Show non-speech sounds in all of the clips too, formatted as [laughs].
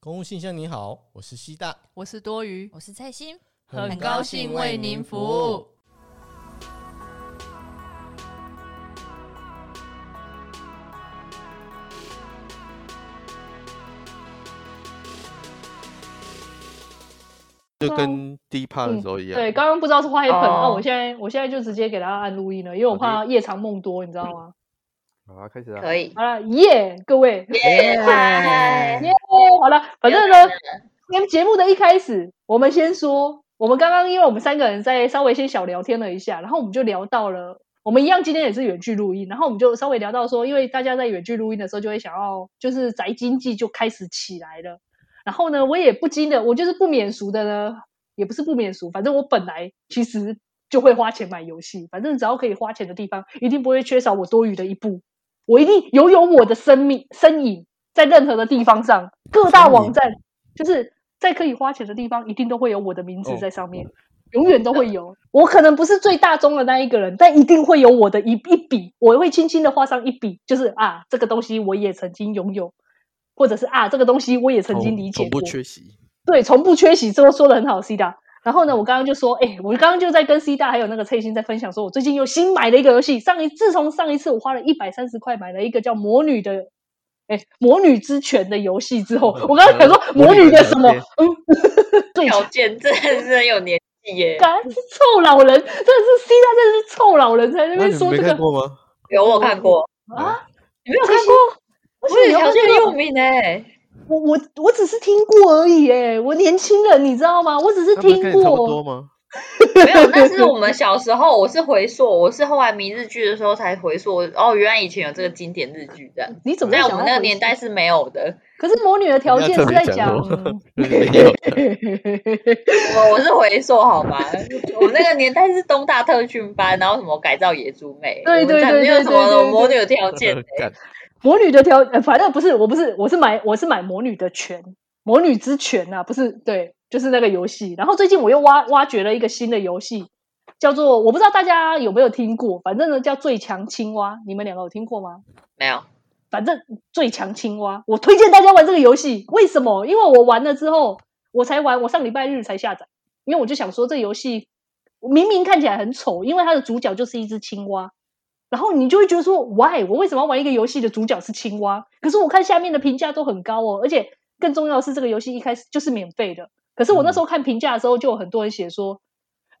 公务信箱，你好，我是西大，我是多余，我是蔡心，很高兴为您服务。就跟第一趴的时候一样。啊嗯对，刚刚不知道是花黑粉，哦那我现在我现在就直接给大家按录音了，因为我怕夜长梦多，你知道吗？好啊，开始啊。可以，好了，耶，各位，嗨耶，好了，反正呢，跟节目的一开始，我们先说，我们刚刚因为我们三个人在稍微先小聊天了一下，然后我们就聊到了，我们一样今天也是远距录音，然后我们就稍微聊到说，因为大家在远距录音的时候，就会想要就是宅经济就开始起来了，然后呢，我也不禁的，我就是不免俗的呢，也不是不免俗，反正我本来其实就会花钱买游戏，反正只要可以花钱的地方，一定不会缺少我多余的一步，我一定拥有我的生命身影，在任何的地方上，各大身影网站就是在可以花钱的地方，一定都会有我的名字哦在上面，永远都会有。我可能不是最大宗的那一个人，但一定会有我的一一笔，我会轻轻的画上一笔，就是啊，这个东西我也曾经拥有。或者是啊，这个东西我也曾经理解从不过，缺席。对，从不缺席，这都说的很好，C 大。然后呢，我刚刚就说，哎、我刚刚就在跟 C 大还有那个蔡欣在分享，说我最近又新买了一个游戏。上一自从上一次我花了一百三十块买了一个叫《魔女的》哎，《魔女之泉》的游戏之后，哦哦我刚刚想说呃《魔女的什么》嗯，最啊条件真的是很有年纪耶，干是臭老人，真的是 C 大，真的是臭老人才在那那边你说没这看个过吗？有我看过，啊，你没有这看些过？不是我你有要条件看过用名哎， [laughs] 我我我只是听过而已，哎，我年轻人你知道吗？我只是那不是听跟你差不多过，吗？ [laughs] 没有，那是我们小时候，我是回溯，我是后来迷日剧的时候才回溯，哦，原来以前有这个经典日剧的，你怎么在想我要们那个回年代溯？是没有的，可是魔女的条人件家是特在别讲讲过，没有我我是回溯好吗？我那个年代是东大特训班，然后什么改造野猪妹，对对我们才没有什对对对么对魔女的 [laughs] 条件欸， [laughs] 干 [laughs] 魔女的条，呃，反正不是，我不是，我是买我是买魔女的拳，魔女之拳啊，不是，对，就是那个游戏。然后最近我又挖挖掘了一个新的游戏，叫做我不知道大家有没有听过，反正呢叫最强青蛙，你们两个有听过吗？没有，反正最强青蛙，我推荐大家玩这个游戏。为什么？因为我玩了之后，我才玩，我上礼拜日才下载，因为我就想说这游戏明明看起来很丑，因为它的主角就是一只青蛙，然后你就会觉得说，why？我为什么要玩一个游戏的主角是青蛙？可是我看下面的评价都很高哦，而且更重要的是，这个游戏一开始就是免费的。可是我那时候看评价的时候，就有很多人写说，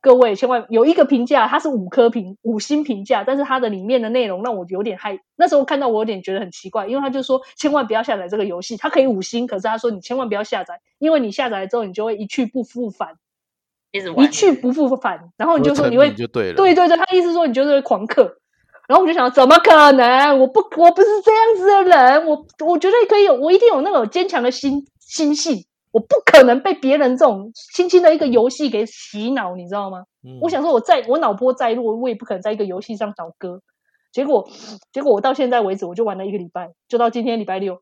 各位千万有一个评价，它是五颗评五星评价，但是它的里面的内容让我有点害。那时候看到我有点觉得很奇怪，因为他就说千万不要下载这个游戏，它可以五星，可是他说你千万不要下载，因为你下载了之后你就会一去不复返，一直一玩，去不复返，然后你就说沉你会迷就对了。对对对，他意思说你就是会狂客。然后我就想，怎么可能？我不，我不是这样子的人。我我觉得可以有，我一定有那种坚强的心心性。我不可能被别人这种轻轻的一个游戏给洗脑，你知道吗？嗯我想说我再我脑波再弱，我也不可能在一个游戏上倒戈。结果，结果我到现在为止，我就玩了一个礼拜，就到今天礼拜六，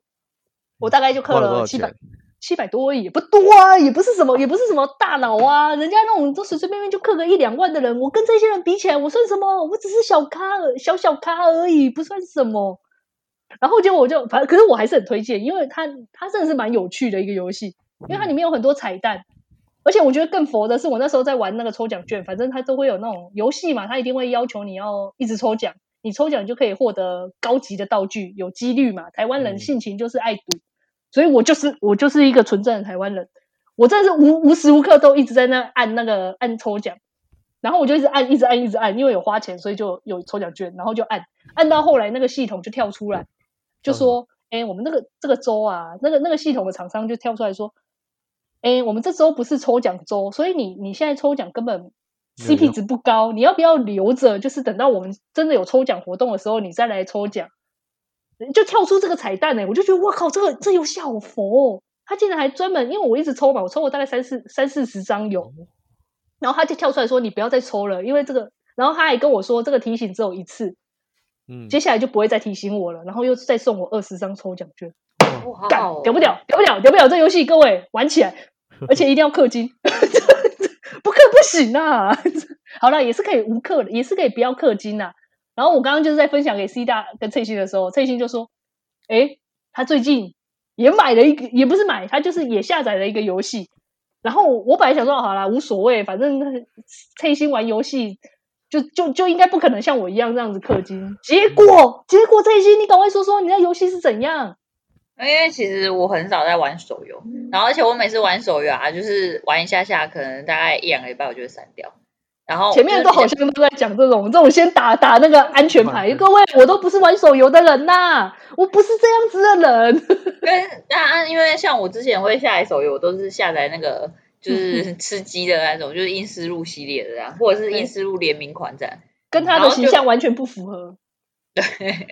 我大概就氪嗯花了多少了七百钱？七百多而已，也不多啊，也不是什么，也不是什么大脑啊，人家那种都随随便便就氪个一两万的人，我跟这些人比起来，我算什么？我只是小咖而，小小咖而已，不算什么。然后结果我就反正，可是我还是很推荐，因为它它真的是蛮有趣的一个游戏，因为它里面有很多彩蛋，而且我觉得更佛的是，我那时候在玩那个抽奖券，反正它都会有那种游戏嘛，它一定会要求你要一直抽奖，你抽奖就可以获得高级的道具，有几率嘛。台湾嗯人性情就是爱赌，所以我就是我就是一个纯正的台湾人，我真的是无无时无刻都一直在那按那个按抽奖，然后我就一直按一直按一直按，因为有花钱，所以就有抽奖券，然后就按按到后来那个系统就跳出来，就嗯说：“哎、我们那个这个周啊，那个那个系统的厂商就跳出来说，哎，我们这周不是抽奖周，所以你你现在抽奖根本没有用 CP 值不高，你要不要留着？就是等到我们真的有抽奖活动的时候，你再来抽奖。”就跳出这个彩蛋呢、欸我就觉得我靠，这个这游戏好佛、哦！他竟然还专门，因为我一直抽嘛，我抽了大概三四三四十张有，哦然后他就跳出来说：“你不要再抽了，因为这个。”然后他还跟我说：“这个提醒只有一次，嗯接下来就不会再提醒我了。”然后又再送我二十张抽奖券，哇好好干哦屌不屌？屌不屌？屌不屌？这游戏各位玩起来，而且一定要氪金， [laughs] 不氪不行啊！ [laughs] 好了，也是可以无氪的，也是可以不要氪金呐、然后我刚刚就是在分享给 C 大跟翠欣的时候，翠欣就说：“诶，他最近也买了一个，也不是买，他就是也下载了一个游戏。然后我本来想说，好啦，无所谓，反正黑心玩游戏，就就就应该不可能像我一样这样子氪金。结果，结果黑心，你赶快说说你那游戏是怎样？因为其实我很少在玩手游，嗯然后而且我每次玩手游啊，就是玩一下下，可能大概一两个礼拜我就会删掉。然后前面都好像像都在讲这种，这种先打打那个安全牌。嗯各位，我都不是玩手游的人呐、我不是这样子的人。跟当然，因为像我之前会下载手游，我都是下载那个 [laughs] 就是吃鸡的那种，就是英丝路系列的这样，或者是英丝路联名款这样。跟他然的后形就象完全不符合。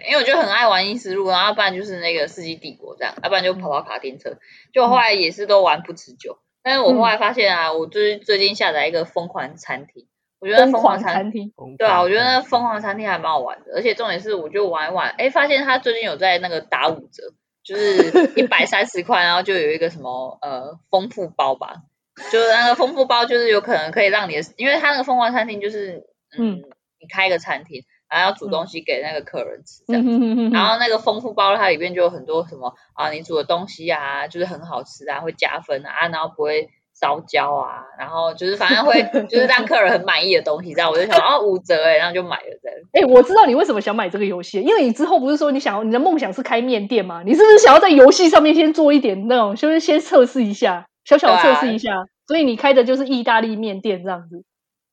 因为我就很爱玩英丝路，然后要不然就是那个世纪帝国这样，要不然就跑嗯跑卡丁车。就后来也是都玩不持久，但是我嗯后来发现啊，我就是最近下载一个疯狂餐厅，我觉得疯疯狂餐餐厅，对啊，我觉得那疯狂餐厅还蛮好玩的，而且重点是，我就玩一玩，哎，发现他最近有在那个打五折， [laughs] 就是一百三十块，然后就有一个什么呃丰富包吧，就是那个丰富包，就是有可能可以让你的，因为他那个疯狂餐厅就是嗯，你开一个餐厅，然后要煮东西给那个客人吃这样嗯子。哼哼哼然哼，后那个丰富包它里面就有很多什么啊，你煮的东西啊，就是很好吃啊，会加分啊，啊然后不会烧焦啊，然后就是反 [laughs] 正会就是让客人很满意的东西，这样我就想哦五折哎、然后就买了这样。哎、我知道你为什么想买这个游戏，因为你之后不是说你想要你的梦想是开面店吗？你是不是想要在游戏上面先做一点那种，就是先测试一下，小小的测试一下？所以你开的就是意大利面店这样子。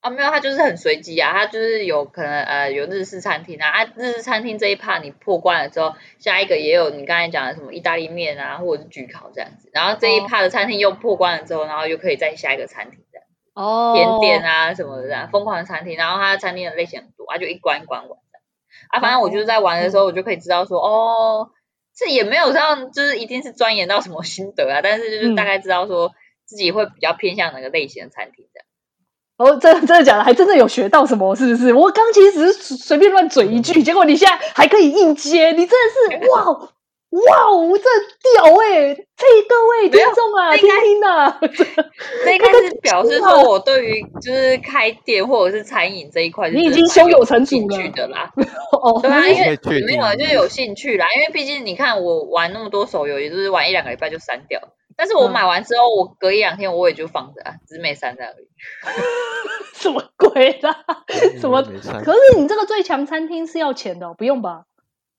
啊，没有，它就是很随机啊，它就是有可能呃有日式餐厅啊，啊日式餐厅这一趴你破关了之后，下一个也有你刚才讲的什么意大利面啊，或者是焗烤这样子，然后这一哦趴的餐厅又破关了之后，然后又可以再下一个餐厅这样。哦嗯甜点啊什么的、啊，疯狂的餐厅，然后它的餐厅的类型很多，它啊就一关一关玩的。啊，哦反正我就是在玩的时候，我就可以知道说，嗯哦，这也没有让就是一定是钻研到什么心得啊，但是就是大嗯概知道说自己会比较偏向哪个类型的餐厅这样。哦，真的真的假的？还真的有学到什么？是不是？我刚其实只是随随便乱嘴一嗯句，结果你现在还可以硬接，你真的 [laughs] 是哇哦哇哦，这屌哎、欸！这各位听众啊，这听应该听啊， [laughs] 这应该是表示说我对于就是开店或者是餐饮这一块，你已经胸有成竹了的啦。哦，对啊，你因为可以确没定有就是有兴趣啦，因为毕竟你看我玩那么多手游，也就是玩一两个礼拜就删掉了。但是我嗯买完之后，我隔一两天我也就放着啊，只是没删掉而已。什么鬼啦？得什么没嗯删可是你这个最强餐厅是要钱的哦、不用吧？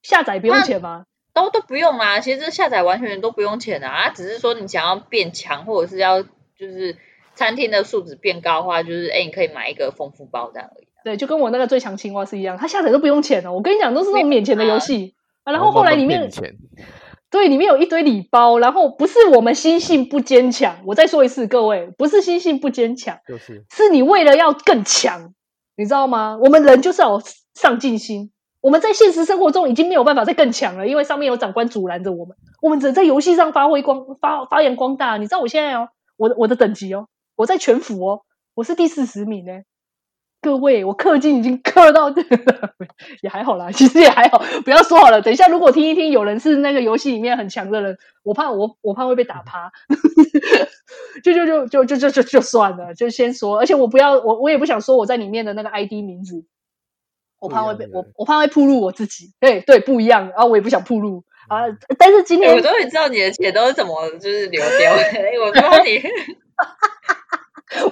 下载不用那钱吗？都都不用啦，其实下载完全都不用钱的啊，只是说你想要变强，或者是要就是餐厅的素质变高的话，就是哎、你可以买一个丰富包这样而已。对，就跟我那个最强青蛙是一样，它下载都不用钱哦。我跟你讲，都是那种免钱的游戏。啊、然后后来里哦面慢慢变钱对，里面有一堆礼包，然后不是我们心性不坚强，我再说一次，各位，不是心性不坚强，就是是你为了要更强，你知道吗？我们人就是要有上进心。我们在现实生活中已经没有办法再更强了，因为上面有长官阻拦着我们，我们只能在游戏上发挥光发发扬光大。你知道我现在哦，我的我的等级哦，我在全服哦，我是第四十名呢。各位，我氪金已经氪到这 [laughs] 也还好啦，其实也还好。不要说好了，等一下如果听一听有人是那个游戏里面很强的人，我怕我我怕会被打趴， [laughs] 就就就就就就就就算了，就先说。而且我不要我我也不想说我在里面的那个 ID 名字，我怕会被不一样我的人我怕会暴露我自己。对对，不一样，然、后我也不想暴露啊。但是今哎天我都会知道你的钱都是怎么就是流掉的，哎我不知道 [laughs] 你。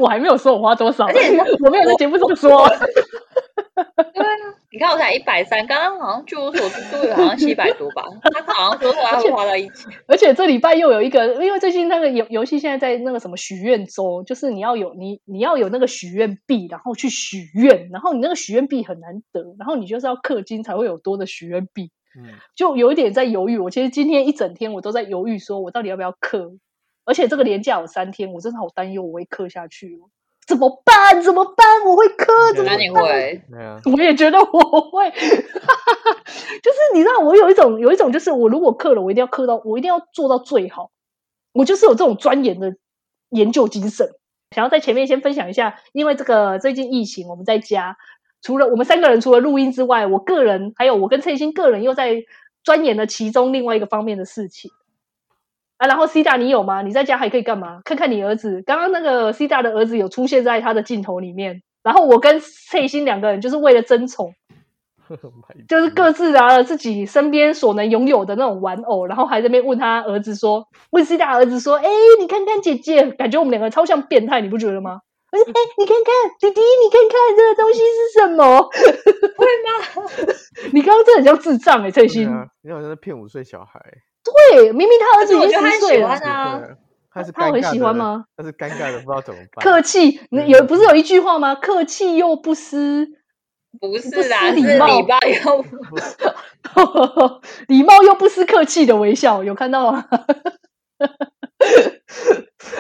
我还没有说我花多少，而且我没有在节目上说。对啊，你看我才一百三，刚刚好像据我所知，都有好像七百多吧。他好像说他会花到一千，而且这礼拜又有一个，因为最近那个游游戏现在在那个什么许愿周，就是你要有你你要有那个许愿币，然后去许愿，然后你那个许愿币很难得，然后你就是要氪金才会有多的许愿币，嗯就有一点在犹豫。我其实今天一整天我都在犹豫，说我到底要不要氪，而且这个连假有三天，我真的好担忧我会氪下去哦，怎么办？怎么办？我会氪怎我么觉办？得你会。对啊，我也觉得我会， [laughs] 就是你知道，我有一种有一种，就是我如果刻了，我一定要刻到，我一定要做到最好。我就是有这种钻研的研究精神。想要在前面先分享一下，因为这个最近疫情，我们在家，除了我们三个人除了录音之外，我个人还有我跟蔡欣个人又在钻研了其中另外一个方面的事情。啊，然后 C 大你有吗？你在家还可以干嘛？看看你儿子，刚刚那个 C 大的儿子有出现在他的镜头里面。然后我跟蔡欣两个人就是为了争宠，就是各自拿了自己身边所能拥有的那种玩偶，然后还在那边问他儿子说，问西大儿子说，哎、你看看姐姐，感觉我们两个超像变态，你不觉得吗？我说，哎、你看看弟弟，你看看这个东西是什么？会吗？ [laughs] 你刚刚真的很像智障哎、欸，翠对心。啊，你好像在骗五岁小孩。对，明明他儿但是子我已觉经十得他很岁喜了欢。啊。对他是他尴很尬喜的欢吗？他是尴尬的，不知道怎么办。客气，嗯那有不是有一句话吗？客气又不失，不不是失啦，是礼礼貌貌又 [laughs] 礼貌又不失客气的微笑，有看到吗？ [laughs]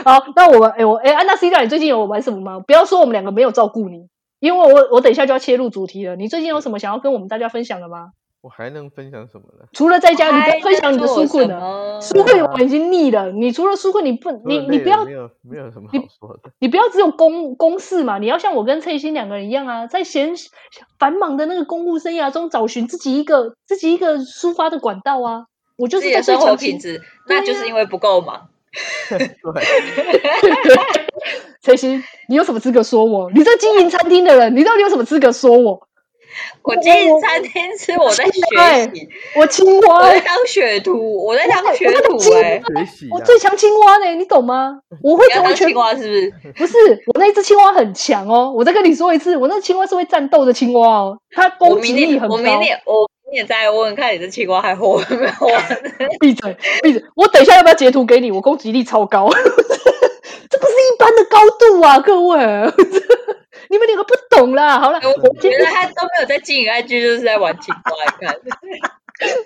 好，那我们哎、我哎、安娜 C 大，你最近有玩什么吗？不要说我们两个没有照顾你，因为我我等一下就要切入主题了。你最近有什么想要跟我们大家分享的吗？我还能分享什么呢？除了在 [laughs] 家，你不还要分享你的能做书困什了。么书困我已经腻了，你除了书困，你不除你了你累不了要没有没有什么你好说的。 [laughs] 你不要只有公公事嘛，你要像我跟翠欣两个人一样啊，在闲繁忙的那个公务生涯中找寻自己一个自己一个抒发的管道啊。我就自是己在的最生活强品劲， [laughs] 质，对啊那就呀是因为不够忙。对，翠欣，你有什么资格说我？你这经营餐厅的人，你到底有什么资格说我？我我今天我餐厅吃，我在 [laughs] 对学习，我青蛙、我在欸，当学徒，我在当我学在当徒青蛙哎，学习我啊最强青蛙呢、你懂吗？我会你要成为当全青蛙是不是？不是我那只青蛙很强哦，我再跟你说一次，我那青蛙是会战斗的青蛙哦，它我攻击明力天很高。我明天我明天再问看你的青蛙 [laughs] 还活没有啊活。闭嘴，闭嘴！我等一下要不要截图给你？我攻击力超高， [laughs] 这不是一般的高度啊，各位！ [laughs] 你们两个不懂啦。好了，哎我我今天觉得他都没有在经营 IG，就是在玩青蛙。你看，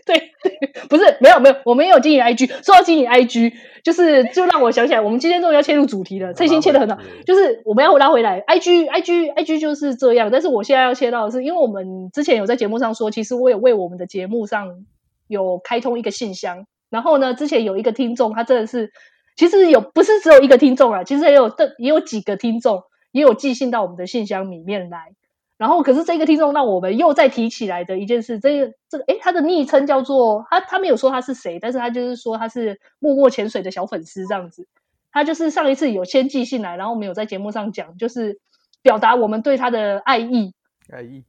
对对，不是没有没有，我们也有经营 IG。说到经营 IG，就是就让我想起来，我们今天终于要切入主题了。好蔡心拉切的回很好，去就是我们要拉回来，IG IG IG 就是这样。但是我现在要切到的是，因为我们之前有在节目上说，其实我有为我们的节目上有开通一个信箱。然后呢，之前有一个听众，他真的是，其实有不是只有一个听众啊，其实也有的也有几个听众也有寄信到我们的信箱里面来。然后，可是这个听众让我们又再提起来的一件事，这个这个，诶，他的昵称叫做他，他没有说他是谁，但是他就是说他是默默潜水的小粉丝这样子。他就是上一次有先寄信来，然后我们有在节目上讲，就是表达我们对他的爱意，哎一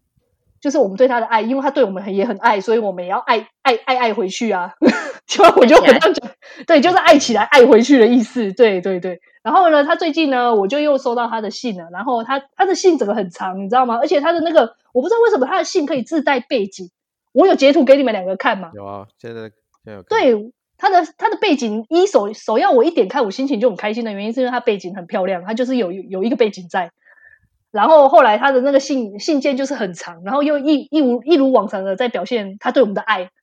就是我们对他的爱，因为他对我们很也很爱，所以我们也要爱爱爱爱回去啊。 [laughs] 就我就很这样讲，对，就是爱起来爱回去的意思，对对对。然后呢，他最近呢，我就又收到他的信了。然后他他的信整个很长，你知道吗？而且他的那个，我不知道为什么他的信可以自带背景，我有截图给你们两个看嘛。有啊，现在现在有看到对它的它的背景，一首首要我一点开，我心情就很开心的原因，是因为它背景很漂亮，它就是有有一个背景在。然后后来他的那个信信件就是很长，然后又一一如一如往常的在表现他对我们的爱。 [laughs]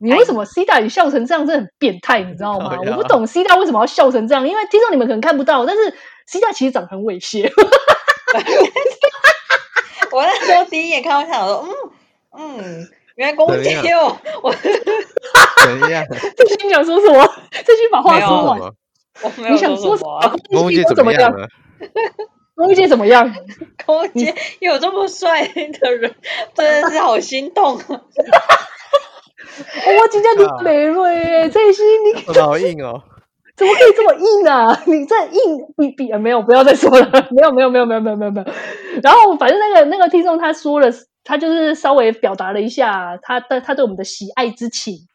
你为什么 C 大你笑成这样，真的很变态，你知道吗？靠我腰不懂 C 大为什么要笑成这样，因为听众你们可能看不到，但是 C 大其实长得很猥亵。 [laughs] 哎我那时候第一眼看到他，我说嗯嗯，原来公怎鸡样哦，我怎样？ [laughs] 这句你想说什么？这句把话没有说完。什么我没有你想说什什么么啊？？公鸡公鸡哦怎哦怎么么样样？了？公鸡怎么样？空间有这么帅的人，真的是好心动啊！我今天你美瑞耶，这些你我的好硬哦！怎么可以这么硬啊？ [laughs] 你这硬比比、呃、没有，不要再说了，没有没有没有没有没有没有没有。然后反正那个那个听众他说了，他就是稍微表达了一下他的他对我们的喜爱之情。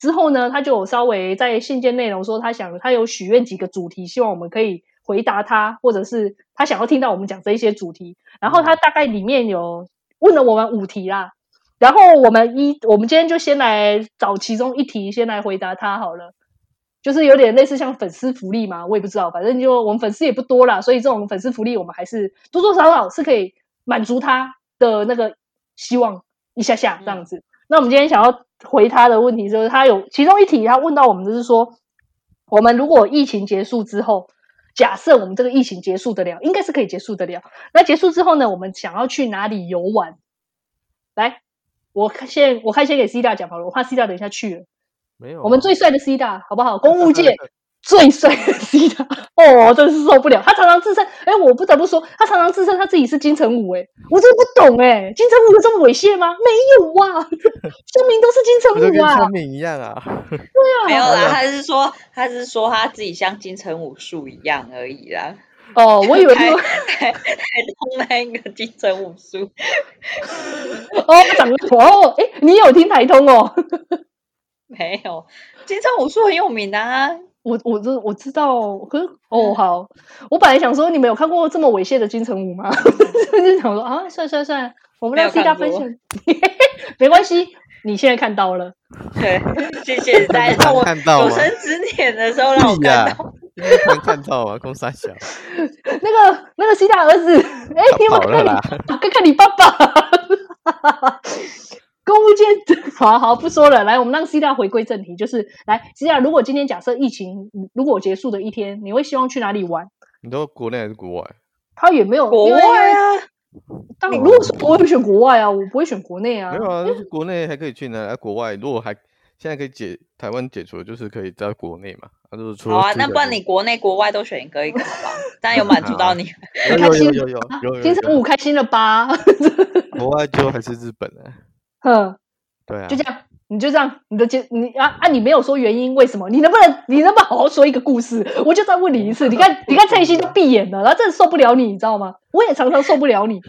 之后呢，他就有稍微在信件内容说，他想他有许愿几个主题，希望我们可以回答他，或者是他想要听到我们讲这一些主题。然后他大概里面有问了我们五题啦，然后我们一，我们今天就先来找其中一题，先来回答它好了。就是有点类似像粉丝福利嘛，我也不知道，反正就我们粉丝也不多啦，所以这种粉丝福利我们还是多多少少是可以满足他的那个希望一下下这样子。那我们今天想要回他的问题，就是他有其中一题，他问到我们就是说，我们如果疫情结束之后，假设我们这个疫情结束得了，应该是可以结束得了。那结束之后呢，我们想要去哪里游玩？来，我看先我看先给 C 大讲好了，我怕 C 大等一下去了。没有啊，我们最帅的 C 大好不好？公务界最帅的 C 大，哦，真是受不了。他常常自称，哎，我不得不说，他常常自称他自己是金城武，哎，我真的不懂，哎，金城武有这么猥亵吗？没有 [laughs] 啊，乡民都是金不就城跟武啊聪，明一样啊？没有好的啦，他是说他是说他自己像金城武术一样而已啦。哦，我 [laughs] 以为台是台台东那一个金城武术，哦，长得哦，哎，你有听台通哦？ [laughs] 没有金城武术很有名啊，我我这我知道，可是哦好，我本来想说你们有看过这么猥亵的金城武吗？ [laughs] 就是想说啊，算算算，我们没让有 C 大看分过享， [laughs] 没关系，你现在看到了，对， [laughs] 谢谢 [laughs] 大家让我看到有吗？生之年的时候让我屁呀看到，能看到吗？公三小，那个那个 C 大儿子， [laughs] 哎、你有没跑有了看啦你？啊看看你爸 [laughs] 爸？公务间，好好不说了。来，我们让 C 大回归正题，就是来 C 大，如果今天假设疫情如果结束的一天，你会希望去哪里玩？你都国内还是国外？他也没有国外，啊，当如果是我会选国外啊，我不会选国内啊嗯没。有啊，就是国内还可以去哪？啊，国外如果还现在可以解台湾解除，就是可以在国内嘛。啊，就是除好啊，了那出不然国你国内国外都选一个一个好不好？这样有满足到你。有开心有有有有有有金城武开心了吧？ [laughs] 国外就还是日本啊，哼，对啊，就这样，你就这样，你的结你啊啊，你没有说原因，为什么？你能不能你能不能好好说一个故事？我就再问你一次，你 [laughs] 看你看蔡欣都闭眼了，然后真的受不了你，你知道吗？我也常常受不了你，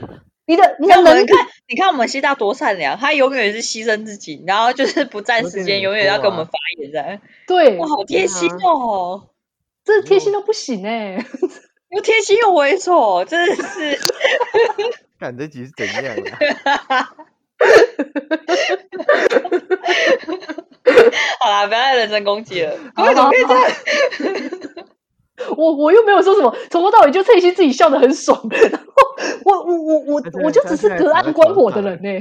你的你的那我能们力看， [laughs] 你看我们西大多善良，他永远是牺牲自己，然后就是不占我时跟间，你永远要说跟我啊们发言这样。对哇，，好贴心啊哦，这贴心到不行哎、又贴心又猥琐，真的是看这集是怎样啊？ [laughs] 好啦，不要再人身攻击了。好为什么可以这样？ [laughs] 我我又没有说什么，从头到尾就蔡欣自己笑得很爽， [laughs] 然后我我我我他现在我就他只是现在隔躺在岸观床火的上人呢、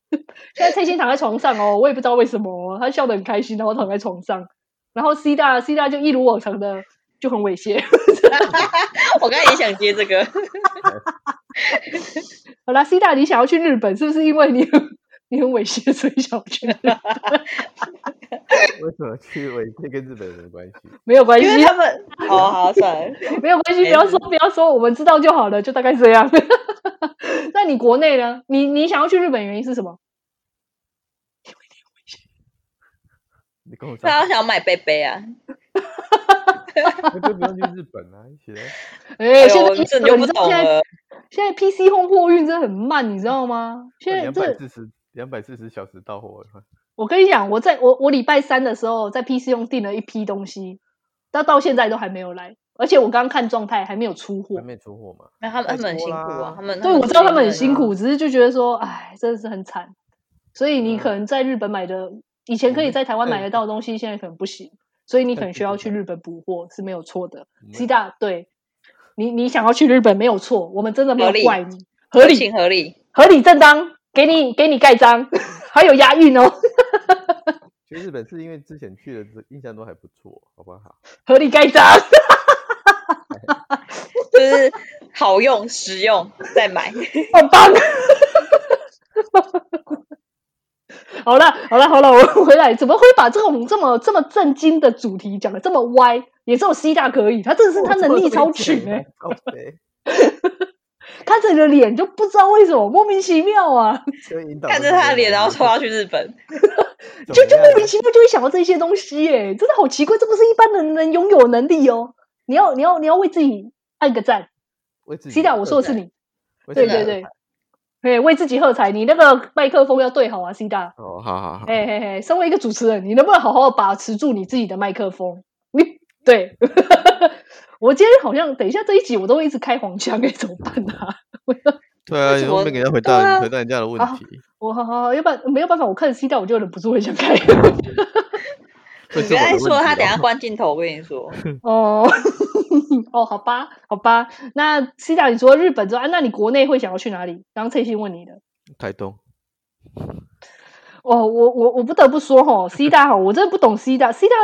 [laughs] 现在蔡欣躺在床上哦，我也不知道为什么，她笑得很开心，然后躺在床上，然后 C 大 C 大就一如往常的就很猥亵。 [laughs] 我刚才也想接这个，好啦 c 大，你想要去日本，是不是因为你很 [laughs] 你很猥亵，所以想要去日本？为什么去我这跟日本有什么关系？没有关系因，为哎他们好好算了。没有关系，不要说不要说，我们知道就好了，就大概这样。 [laughs] 那你国内呢？你你想要去日本原因是什么？你跟我讲大，家想买贝贝啊，那就不用去日本啊，一起来。哎、哎现在呦，这你就你不知道懂现在了。现在 PC 轰货运真的很慢，你知道吗？现在两这百四十两百四十小时到货了，我跟你讲，我在我我礼拜三的时候在 PC 用订了一批东西，到到现在都还没有来，而且我刚刚看状态还没有出货还。没出货嘛？那他们他们很太辛多苦啦啊，他们对，我知道他们很辛苦。苦，只是就觉得说，哎，真的是很惨。所以你嗯可能在日本买的，以前可以在台湾买得到的东西，现在可能不行，所以你可能需要去日本补货是没有错的。我们西大，对你你想要去日本没有错，我们真的没合有理怪你，合合理情合理。合理正当，给你给你盖章，还有押韵哦，去日本是因为之前去的，印象都还不错，好不好？合理盖章。就是好用、实用，再买。好棒！ [laughs] 好了，好了，好了，我回来，怎么会把这种这么这么震惊的主题讲的这么歪？也只有 C 大可以，他真的是哦他能 [laughs] 力超群哎、靠北，看着你的脸就不知道为什么莫名其妙啊，就引导看着他的脸，然后说要去日本，就就莫名其妙就会想到这些东西哎、真的好奇怪，这不是一般人能拥有的能力哦。你要你要你要为自己按个赞妙。 ，C 大，我说的是你，我对自己对喝对彩。，对，为自己喝彩，你那个麦克风要对好啊，C 大。哦，好好好，哎嘿嘿，身为一个主持人，你能不能好好地把持住你自己的麦克风？你对， [laughs] 我今天好像等一下这一集我都会一直开黄腔，哎，怎么办啊？对啊，为什你后么面给人家回对啊答回答人家的问啊题，我好好，好要不然没有办法，我看 C 大我就忍不住很想开。这是你不要我再的说问他，题啊等下哦关镜头。我跟你说，哦 [laughs] 哦，好吧，好吧，那 C 大你除了日本之外，啊那你国内会想要去哪里？刚刚蔡欣问你的。台东，哦，我我我不得不说吼 c 大哈，我真的不懂 C 大，C 大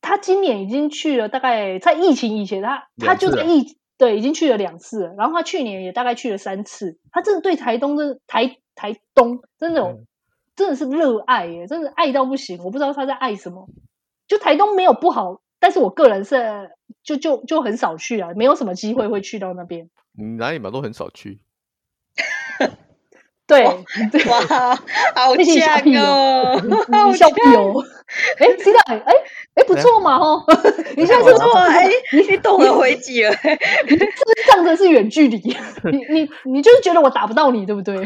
他今年已经去了大概在疫情以前，他他两就次在了疫对已经去了两次了，然后他去年也大概去了三次，他真的对台东真的台台东真的有、嗯真的是热爱耶，真的爱到不行，我不知道他在爱什么。就台东没有不好，但是我个人是就就就很少去啊，没有什么机会会去到那边。你哪里嘛都很少去，对，哇，好那些小呛屁哦！ [laughs] 你笑屁哦！哎，C 大，哎哎，不错嘛 [laughs] 哦，你下次啊不错，哎，你懂了回 [laughs] 击了，仗着是远距离，你你你就是觉得我打不到你，对不对？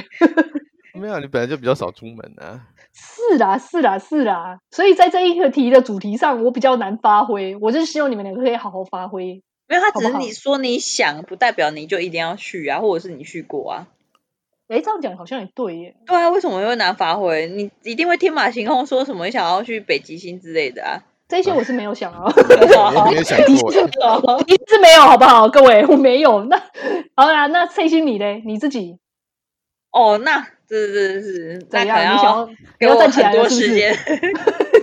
[laughs] 没有，你本来就比较少出门啊。是啦，是啦，是啦。所以在这一个题的主题上，我比较难发挥，我就是希望你们两个可以好好发挥。没有，他好只不是好你说你想，不代表你就一定要去啊，或者是你去过啊。哎，这样讲好像也对耶。对啊，为什么会难发挥？你一定会天马行空说什么你想要去北极星之类的 [laughs] 啊？这些我是没有想 [laughs] 啊， [laughs] 我也没想你过是欸，哦你是没有好不好？各位，我没有。那好啦，那翠心你嘞，你自己哦，那是是是，那怎可样？能你想要要你给要我站起很来多了是时不 [laughs] 是？间，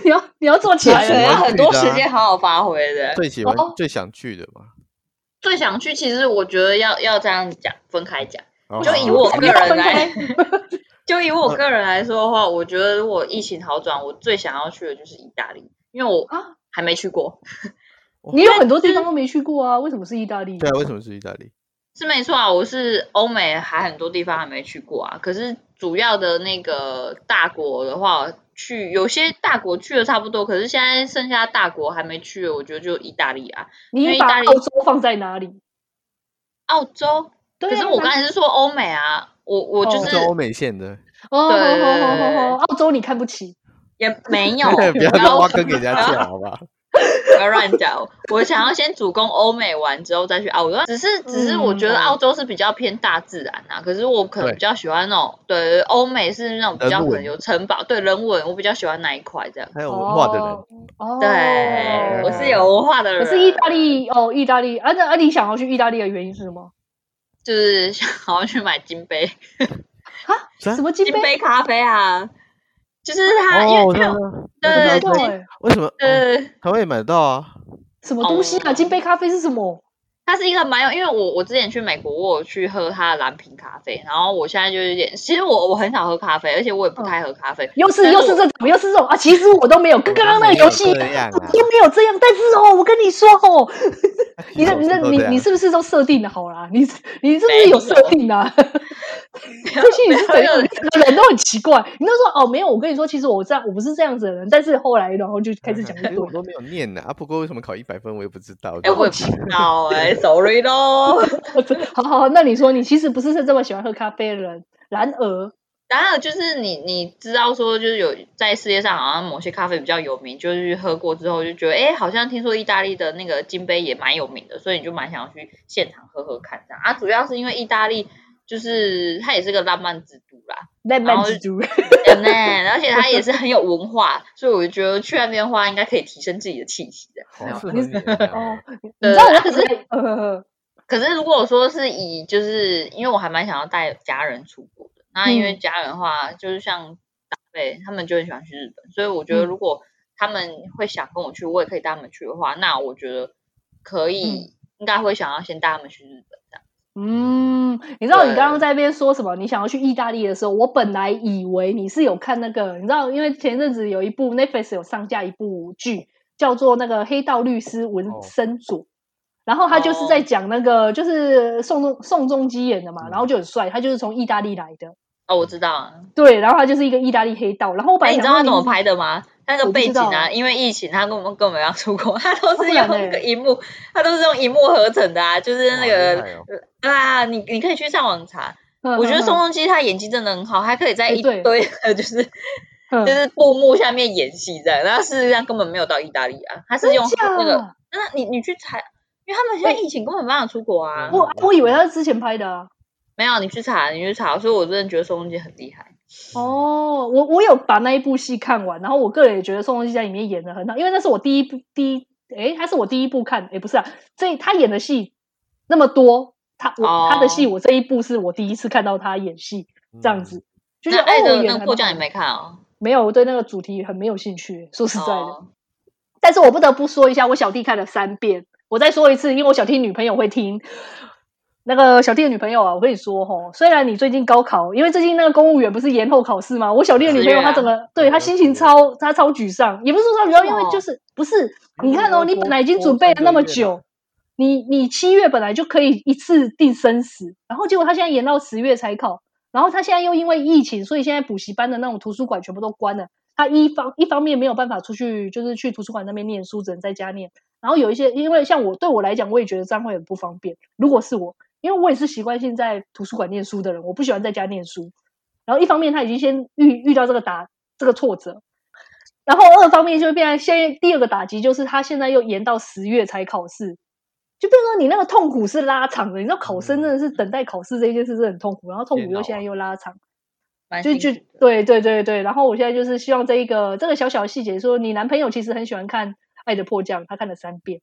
你要你要坐起来可能了。要很多喜欢去的啊时间好好发挥的。最喜欢哦、最想去的嘛。最想去，其实我觉得要要这样讲，分开讲。哦就以好我好个人来，就以嗯我个人来说的话，我觉得如果疫情好转，我最想要去的就是意大利，因为我啊还没去过，你有很多地方都没去过啊，为什么是意大利？对啊，为什么是意大利？是没错啊。我是欧美还很多地方还没去过啊，可是主要的那个大国的话，去有些大国去的差不多，可是现在剩下大国还没去的，我觉得就意大利啊，因为你意把大利澳洲放在哪里？澳洲。对啊可是我刚才是说欧美啊，我我就哦是是欧美线的，哦，对好好好好好澳洲你看不起，也没 [laughs] 有，不要不再要挖坑给人家跳，[laughs] 好吧？不要乱讲，我想要先主攻欧美完之后再去澳洲。只是只是我觉得嗯澳洲是比较偏大自然啊，可是我可能对比较喜欢那种对欧美是那种比较人文可能有城堡，对人文我比较喜欢那一块这样。还有文化的人，哦哦，对，我是有文化的人，可是意大利哦，意大利啊，那啊，你想要去意大利的原因是什么？就是想要去买金杯啊什么金金杯？杯咖啡啊，就是它、哦，因我为知它道有了对那对个对对，为什么哦对。台湾也买得到啊？什么东西啊？哦金杯咖啡是什么？它是一个蛮有，因为我我之前去美国，我有去喝它的蓝瓶咖啡，然后我现在就有点，其实我我很少喝咖啡，而且我也不嗯太喝咖啡，又是但又我是这种，又是这种啊！其实我都没有，跟 [laughs] 刚刚那个游戏我一都没有这样样，都啊没有这样。但是哦，我跟你说哦，你的手你的指头你这样你是不是都设定的好啊啦？你你是不是有设定啊？ [laughs] [laughs] 这些你是怎没有样？你整个人都很奇怪。你都说哦，没有，我跟你说，其实我这样，我不是这样子的人。但是后来，然后就 [laughs] 开始讲一因为堆我。都没有念呢啊。不过为什么考一百分，我也不知道。哎、我也不知道 [laughs] 哎、s o r r y 咯。 [laughs] 好好好，那你说你其实不是是这么喜欢喝咖啡的人，然而然后就是你你知道说，就是有在世界上好像某些咖啡比较有名，就是喝过之后就觉得，哎、好像听说意大利的那个金杯也蛮有名的，所以你就蛮想要去现场喝喝看这样啊。主要是因为意大利就是它也是个浪漫之都啦， [laughs] 浪漫然后之都，真的，而且它也是很有文化，所以我觉得去那边的话，应该可以提升自己的气息的。好没有适合你啊哦，你知道我那个时候呃呃可是如果说是以，就是因为我还蛮想要带家人出国的，那因为嗯家人的话，就是像长辈他们就很喜欢去日本，所以我觉得嗯如果他们会想跟我去，我也可以带他们去的话，那我觉得可以，应该会想要先带他们去日本这样。嗯，你知道你对刚刚在那边说什么？你想要去意大利的时候，我本来以为你是有看那个，你知道，因为前阵子有一部 Netflix 有上架一部剧，叫做那个《黑道律师文哦森佐》，然后他就是哦在讲那个，就是宋仲宋仲基演的嘛，嗯然后就很帅，他就是从意大利来的，哦，我知道啊。对，然后他就是一个意大利黑道，然后我本哎，来你想知道说他你怎么拍的吗？他那我不个背知景道哦啊，因为疫情，他根本根本没有出国， [laughs] 他都是不用然那嘞个荧幕，他都是用荧幕合成的啊，就是那哇厉个害哦呃啊，你你可以去上网查，嗯 [laughs] 我觉得嗯宋仲基他演技真的很好，他可以在哎一对堆的 [laughs] 就是嗯就是布幕下面演戏这样，然后事实上根本没有到意大利啊，他是用真那个假，那你你去查，因为他们现在疫情根本没办法出国啊，我我以为他是之前拍的啊。没有你去查你去查，所以我真的觉得宋仲基很厉害，哦，我我有把那一部戏看完，然后我个人也觉得宋仲基在里面演的很好，因为那是我第一部第一，诶，他是我第一部看，诶，不是啊，这他演的戏那么多，他我、他的戏，哦嗯我这一部是我第一次看到他演戏这样子，就是那爱哦，的演那得个很迫降好你没看 [laughs] 哦，没有，我对那个主题很没有兴趣，说实在的。哦，但是我不得不说一下，我小弟看了三遍。我再说一次，因为我小弟女朋友会听。那个小弟的女朋友啊，我跟你说吼，虽然你最近高考，因为最近那个公务员不是延后考试吗？我小弟的女朋友十月啊她整个、对她心情超她超沮丧，也不是说她沮丧，因为哦就是不是你看多哦，你本来已经多准备了三那个么月久，你你七月本来就可以一次定生死，然后结果他现在延到十月才考，然后他现在又因为疫情，所以现在补习班的那种图书馆全部都关了。他一方一方面没有办法出去，就是去图书馆那边念书，只能在家念。然后有一些，因为像我对我来讲，我也觉得这样会很不方便。如果是我，因为我也是习惯性在图书馆念书的人，我不喜欢在家念书。然后一方面他已经先遇遇到这个打这个挫折，然后二方面就变成现在第二个打击就是他现在又延到十月才考试，就变成说你那个痛苦是拉长的。你知道考生真的是等待考试这一件事是很痛苦，然后痛苦又现在又拉长。蛮就辛就苦的对对对对，然后我现在就是希望这一个这个小小的细节说，你男朋友其实很喜欢看《爱的迫降》，他看了三遍。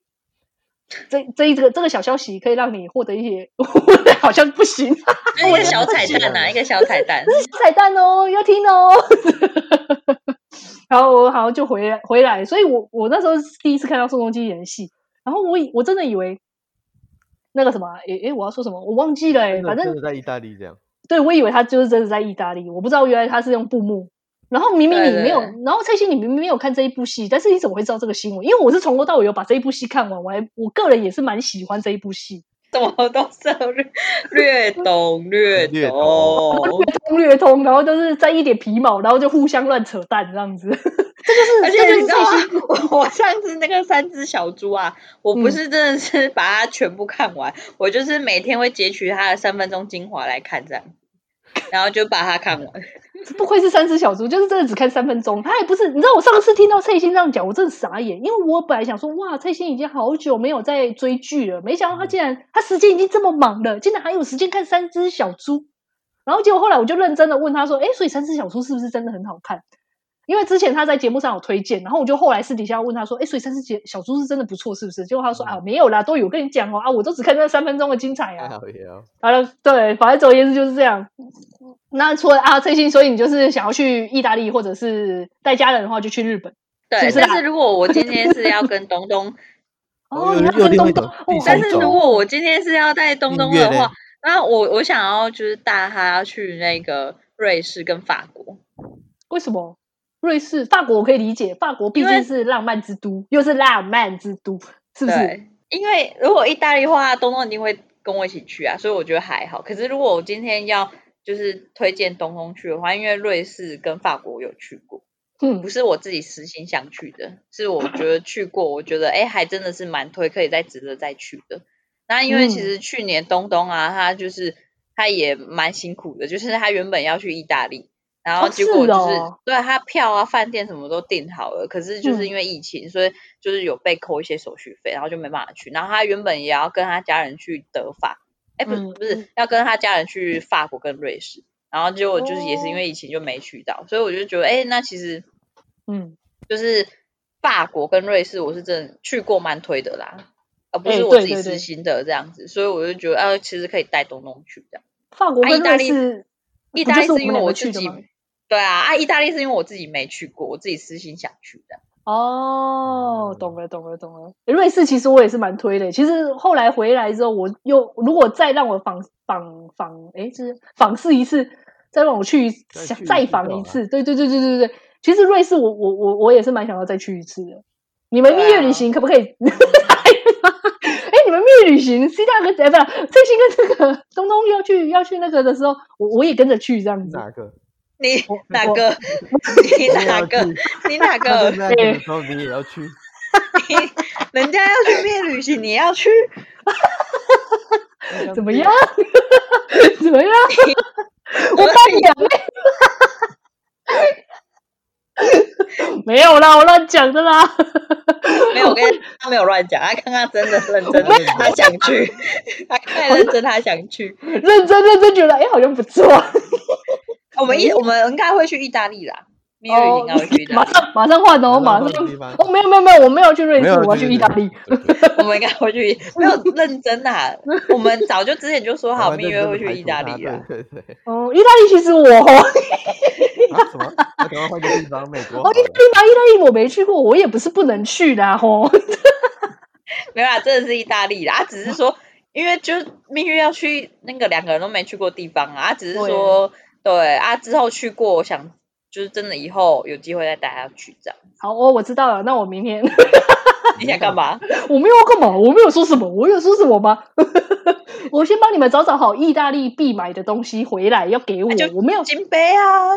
这这一这个这个小消息可以让你获得一些， [laughs] 好像不行，就一个小彩蛋呐、啊，一个小彩蛋 [laughs] 这。是小彩蛋哦，要听哦。 [laughs] 然后我好像就回来回来，所以我我那时候是第一次看到宋仲基演戏，然后我以我真的以为那个什么啊，诶诶，我要说什么我忘记了、诶真的反正嗯真的在意大利这样，对，我以为他就是真的在意大利，我不知道原来他是用布幕。然后明明你对对没有，对然后蔡欣你明明没有看这一部戏，但是你怎么会知道这个新闻？因为我是从头到尾有把这一部戏看完，我还我个人也是蛮喜欢这一部戏，怎么都是略略懂略略懂，通略通，然后就是在一点皮毛，然后就互相乱扯淡这样子， [laughs] 这就是而这且就你是知蔡道吗欣？ [laughs] 我我上次那个三只小猪啊，我不嗯是真的是把它全部看完，我就是每天会截取它的三分钟精华来看这样，然后就把它看完。不愧是三只小猪，就是真的只看三分钟。他也不是，你知道我上次听到蔡欣这样讲，我真的傻眼，因为我本来想说，哇，蔡欣已经好久没有在追剧了，没想到他竟然他时间已经这么忙了，竟然还有时间看三只小猪。然后结果后来我就认真的问他说，哎，所以三只小猪是不是真的很好看？因为之前他在节目上有推荐，然后我就后来私底下问他说，哎，所以三只小小猪是真的不错，是不是？结果他说啊，没有啦，都有我跟你讲哦，啊，我都只看那三分钟的精彩还啊。好哦也好。好了，对，反正总而言之就是这样。那除了啊，最近，所以你就是想要去意大利，或者是带家人的话，就去日本。是对，不是啊但是如果我今天是要跟 [laughs] 东东，哦，又你要又跟另东外一东种第哦，但三但是是种如果我今天是要带东东音乐的嘞话，那我我想要就是带他去那个瑞士跟法国，为什么瑞士、法国我可以理解，法国毕因为竟是浪漫之都，又是浪漫之都，是不是？对，因为如果意大利的话，东东一定会跟我一起去啊，所以我觉得还好。可是如果我今天要就是推荐东东去的话，因为瑞士跟法国我有去过，嗯不，是我自己私心想去的，是我觉得去过，我觉得哎，还真的是蛮推，可以再值得再去的。那因为其嗯实去年东东啊，他就是他也蛮辛苦的，就是他原本要去意大利，然后哦结果是就是、哦对他票啊、饭店什么都订好了，可是就是嗯因为疫情，所以就是有被扣一些手续费，然后就没办法去。然后他原本也要跟他家人去德法，哎，不是嗯不是嗯要跟他家人去法国跟瑞士，然后结果就是也是因哦为疫情就没去到，所以我就觉得哎，那其实。嗯，就是法国跟瑞士，我是真的去过蛮推的啦，而不哎是我对自己对对私心的这样子，所以我就觉得，呃，其实可以带东东去这样。法国啊跟意大瑞利士，意哦不大利就是是因们为两我个自去的己吗？，对啊，啊，意大利是因为我自己没去过，我自己私心想去的。哦嗯，懂了，懂了，懂了。诶瑞士其实我也是蛮推的。其实后来回来之后，我又如果再让我访访访，哎，就是访试一次，再让我去再想去一再次访就一好次，对对对对对对。其实瑞士我我我我也是蛮想要再去一次的。你们蜜对月啊旅行可不可以？哎，你们蜜月旅行，C 大跟哎不是，最近跟这个东东要去要去那个的时候，我我也跟着去这样子。[laughs] 哪个？你我 [laughs] 哪我个？ [laughs] 你我也哪要个去？你哪他在个？那个的时候你也要去？人家要去蜜月旅行，你 [laughs] 要去？怎么样？ [laughs] 怎么样？我我帮你两妹。 [laughs] 没有啦，我乱讲的啦。没有，我跟他没有乱讲，他刚刚真的认真没有，他想去， [laughs] 他太认真，他想去。认真认真觉得，哎、好像不错。我们一我们应该会去意大利啦，蜜月旅哦行应该会去意哦大马利，上马上换哦，马换上个地方。哦，没有没有没有，我没有去瑞没士，有啊我要对去对意大对利。[laughs] 对对对我们应该会去，没有认真 [laughs] 啦。我们早就之前就说好我们蜜认月真会地排去意除大它利啦。对对对。哦，意大利其实我哦， [laughs] 啊什么？那赶快换个地方，美国好哦，意大利了。嘛，意大利我没去过，我也不是不能去啊哦啦吼。没有啦，真的是意大利啦，啊只是 [laughs] 说因为就是蜜月要去那个两个人都没去过地方啊，啊只是说对啊之后去过，我想就是真的以后有机会再带他去 [laughs] 这样。 [laughs] 好哦，我知道了，那我明天你想干嘛？ [laughs] 我没有要干嘛，我没有说什么，我有说什么吗？我先帮你们找找好意大利必买的东西回来要给我那就，我没有金杯啊，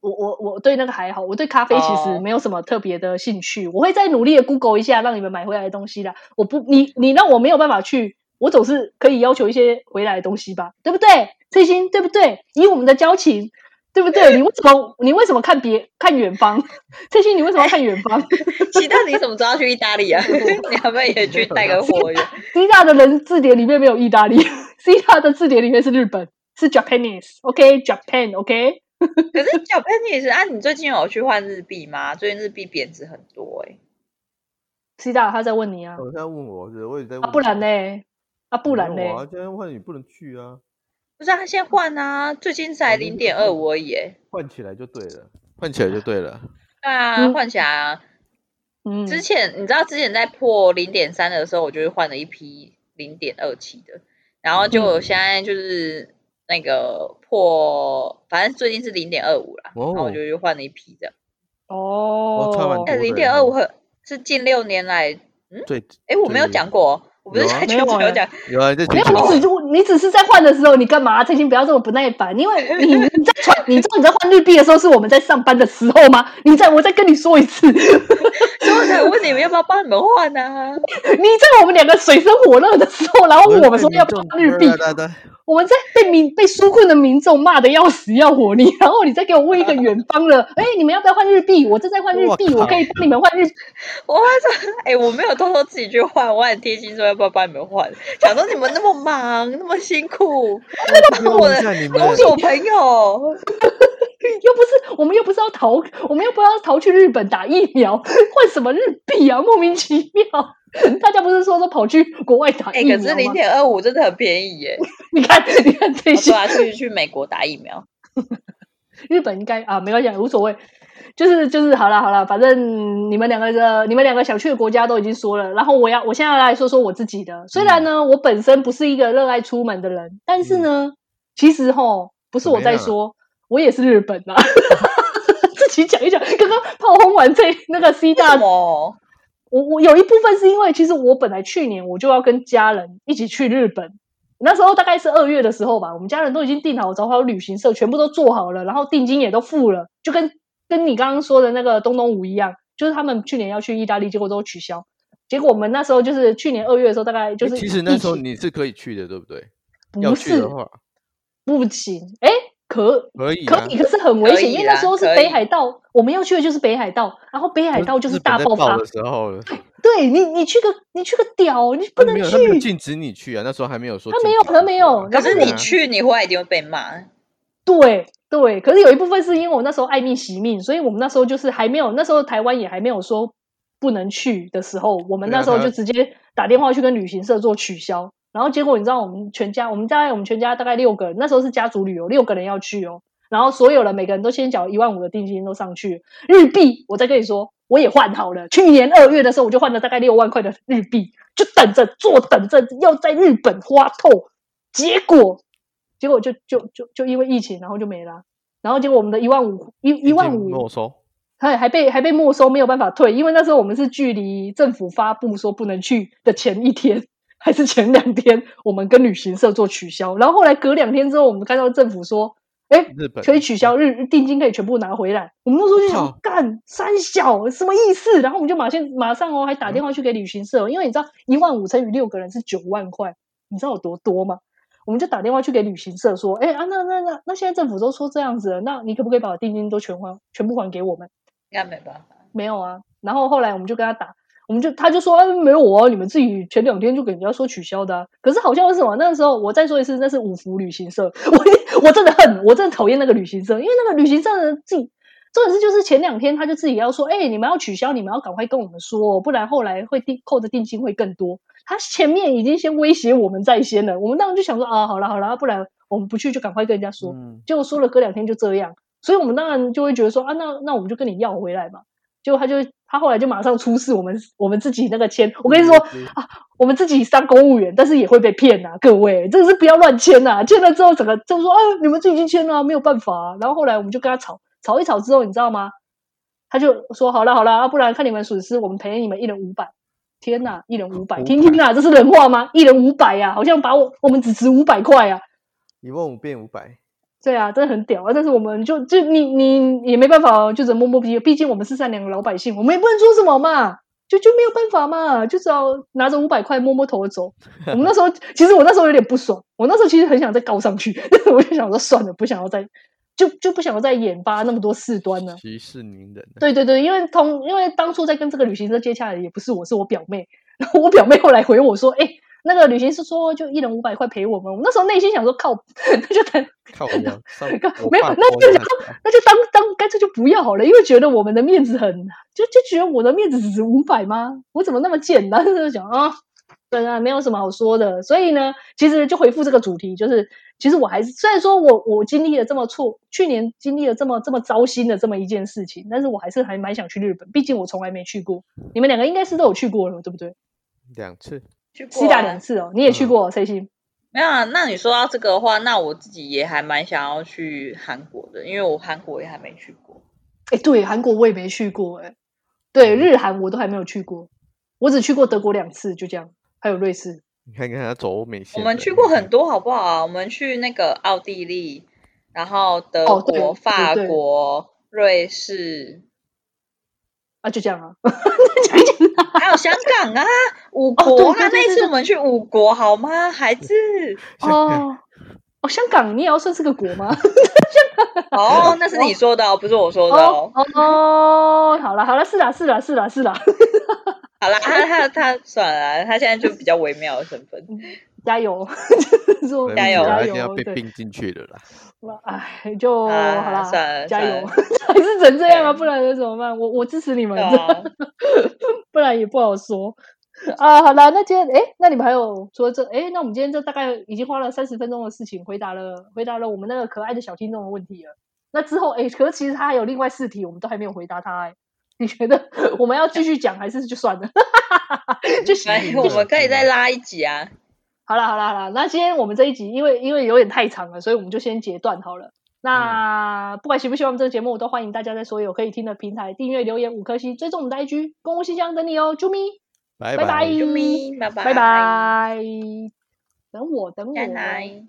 我我我对那个还好，我对咖啡其实哦没有什么特别的兴趣。我会再努力的 Google 一下，让你们买回来的东西啦。我不，你你让我没有办法去，我总是可以要求一些回来的东西吧，对不对？翠心，对不对？以我们的交情，对不 [laughs] 对？你为什么你为什么看别看远方？ [laughs] 翠心，你为什么要看远方？其他你怎么知道去意大 [laughs] 利啊？你要不要也去带个 [laughs] 货源？ C 大的人字典里面没有意大利，C [laughs] 大的字典里面是日本，是 Japanese，OK，Japan，OK、可是小朋友也是啊，你最近有去换日币吗？最近日币贬值很多哎、 C 大他在问你啊，我哦在问我，是我也在问啊不然你？呢？啊不然没有呢啊，？今天换你不能去啊，不是啊，先换啊，最近才零点二五而已、欸。换起来就对了，换起来就对了。对啊，嗯换起来啊。嗯，之前你知道之前在破零点三的时候，我就是换了一批零点二七的，然后就我现在就是那个破，反正最近是零点二五啦，然后我哦就去换了一批这样。哦，差完多哎，零的点二五很是近六年来，最哎，我没有对讲过，我不是有啊在没群有主啊有讲，有啊，你在没群有，主你只你只是在换的时候，你干嘛？蔡心不要这么不耐烦，因为 [laughs] 你你在传，你知道你在换日币的时候是我们在上班的时候吗？你在我再跟你说一次， [laughs] 所以我才问你们要不要帮你们换啊呢？你在我们两个水深火热的时候，然后问我们说要不要换日币，对啊对我们在被民被纾困的民众骂的要死要活你，然后你再给我问一个远方 [laughs] 的，哎、你们要不要换日币？我正在换日币，我哇靠可以帮你们换日币。我还说，哎、我没有偷偷自己去换，我很贴心说要不要帮你们换，想说你们那么忙，那么辛苦，对，我的在你们都是我朋友，又不是我们又不是要逃，我们又不是要逃去日本打疫苗， [laughs] 换什么日币啊？莫名其妙。大家不是说都跑去国外打哎、啊疫苗可吗？是零点二五真的很便宜耶，你看，你看这我些说啊，去去美国打疫苗，日本应该啊，没关系啊，无所谓。就是就是好了好了，反正你们两个的你们两个想去的国家都已经说了，然后我要我现在来说说我自己的。虽然嗯呢，我本身不是一个热爱出门的人，但是呢，其实吼不是我在啊怎说，我也是日本啊。 [laughs] 自己讲一讲，刚刚炮轰完这那个 C 为大什么？我我有一部分是因为，其实我本来去年我就要跟家人一起去日本，那时候大概是二月的时候吧，我们家人都已经订好找好旅行社，全部都做好了，然后定金也都付了，就跟跟你刚刚说的那个东东五一样，就是他们去年要去意大利，结果都取消。结果我们那时候就是去年二月的时候，大概就是其实那时候疫情你是可以去的，对不对？要不去是的话不行，哎，可可以可啊以，可是很危可险，以因为那时候是啦可以北海道，我们要去的就是北海道，然后北海道就是日本大在爆发的，时候 [laughs] 了，对你你去个你去个屌，你不能他啊没有去，他没有禁止你去啊，那时候还没有说他禁没止有你去啊，他没有可然后是我你去，你回来一定会被骂。对对，可是有一部分是因为我那时候爱命惜命，所以我们那时候就是还没有，那时候台湾也还没有说不能去的时候，我们对啊那时候台就湾直接打电话去跟旅行社做取消。然后结果你知道，我们全家，我们大概我们全家大概六个人，那时候是家族旅游，六个人要去哦。然后所有人每个人都先缴一万五的定金都上去，日币我再跟你说，我也换好了。去年二月的时候我就换了大概六万块的日币，就等着坐等着要在日本花透，结果结果就就就就因为疫情，然后就没了。然后结果我们的一万五一一万已经五没收。还还被还被没收，没有办法退，因为那时候我们是距离政府发布说不能去的前一天 [laughs] 还是前两天，我们跟旅行社做取消，然后后来隔两天之后，我们看到政府说，哎，日本可以取消日定金，可以全部拿回来。我们那时候就想说靠干三小什么意思？然后我们就马上马上哦，还打电话去给旅行社，因为你知道一万五乘以六个人是九万块，你知道有多多吗？我们就打电话去给旅行社说，哎啊，那那那那现在政府都说这样子了，那你可不可以把我定金都全还全部还给我们？应该没办法，没有啊。然后后来我们就跟他打，我们就他就说、哎、没有啊，你们自己前两天就给人家说取消的、啊。可是好像是什么那个时候，我再说一次，那是五福旅行社， [laughs] 我我真的恨，我真的讨厌那个旅行社，因为那个旅行社的自己。重点是，就是前两天他就自己要说，哎、你们要取消，你们要赶快跟我们说哦，不然后来会定扣的定金会更多。他前面已经先威胁我们在先了，我们当时就想说啊，好了好了，不然我们不去就赶快跟人家说。嗯，结果说了隔两天就这样，所以我们当然就会觉得说啊，那那我们就跟你要回来嘛。结果他就他后来就马上出示我们我们自己那个签，我跟你说啊，我们自己当公务员，但是也会被骗啊，各位真的是不要乱签呐、签了之后整个就说啊，你们自己去签了、没有办法、啊。然后后来我们就跟他吵吵一吵之后，你知道吗？他就说好了好了，啊、不然看你们损失，我们赔你们一人五百。天哪，一人五百，听听啊，这是人话吗？一人五百呀，好像把我我们只值五百块啊。一万五变五百，对啊，真的很屌啊！但是我们就就你你也没办法哦，就只能摸摸鼻子。毕竟我们是善良的老百姓，我们也不能说什么嘛，就就没有办法嘛，就只好拿着五百块摸摸头走。我们那时候其实我那时候有点不爽，我那时候其实很想再告上去， [laughs] 但是我就想说算了，不想要再就就不想要再引发那么多事端 [laughs] 了。息事宁人啊。对对对，因为同因为当初在跟这个旅行社接洽的也不是我，是我表妹。 [laughs] 然后我表妹后来回我说：“哎、那个旅行社说就一人五百块赔我们。”我那时候内心想说：“靠， [laughs] 那就等靠我呀，上 [laughs] 靠我没有爸那包就养然那就当当干脆就不要好了，因为觉得我们的面子很，就就觉得我的面子只值五百吗？我怎么那么贱 [laughs] 呢？就想啊，对啊，没有什么好说的。所以呢，其实就回复这个主题，就是其实我还是虽然说我我经历了这么错，去年经历了这么这么糟心的这么一件事情，但是我还是还蛮想去日本，毕竟我从来没去过。你们两个应该是都有去过了，对不对？ [laughs] 两次，去过西大啊两次哦，你也去过、哦，谁信？没有啊，那你说到这个的话，那我自己也还蛮想要去韩国的，因为我韩国也还没去过。哎，对，韩国我也没去过，哎，嗯对，日韩我都还没有去过，我只去过德国两次，就这样，还有瑞士。你看看他走欧美我线的，们去过很多，好不好啊？我们去那个奥地利，然后德哦对国、对法对国、瑞士，啊，就这 [laughs] 样啊，还有香港啊，五哦对国啊。对对那一对次对我们去五国好吗，孩子？哦，哦，香港你也要算是个国 [laughs] 吗？哦，那是你说的、哦，不是我说的哦哦。哦，好了好了，是啦是啦是啦是啦，好啦，他他他算了啊，他现在就比较微妙的身份。 [laughs] 加油， [laughs] 说加加油哦他加已经要油，被对，并进去了啦。哎，就好啊啦，算了加算油，了 [laughs] 还是只能这样啊，对不然能怎么办？我我支持你们对，啊，不然也不好说。啊，好啦，那今天哎，那你们还有除了这哎，那我们今天这大概已经花了三十分钟的事情，回答了回答了我们那个可爱的小听众的问题了。那之后哎，可是其实他还有另外四题，我们都还没有回答他哎。你觉得我们要继续讲还是就算了？ [laughs] 就行哎，我们可以再拉一集啊。好啦好啦好啦，那今天我们这一集因为因为有点太长了，所以我们就先截断好了。那、不管喜不喜欢我们这个节目，都欢迎大家在所有可以听的平台订阅、留言五颗星，追踪我们的 IG，公共信箱等你哦，啾咪，拜拜拜拜嗯啾咪，拜拜，拜拜。等我，等我。再来。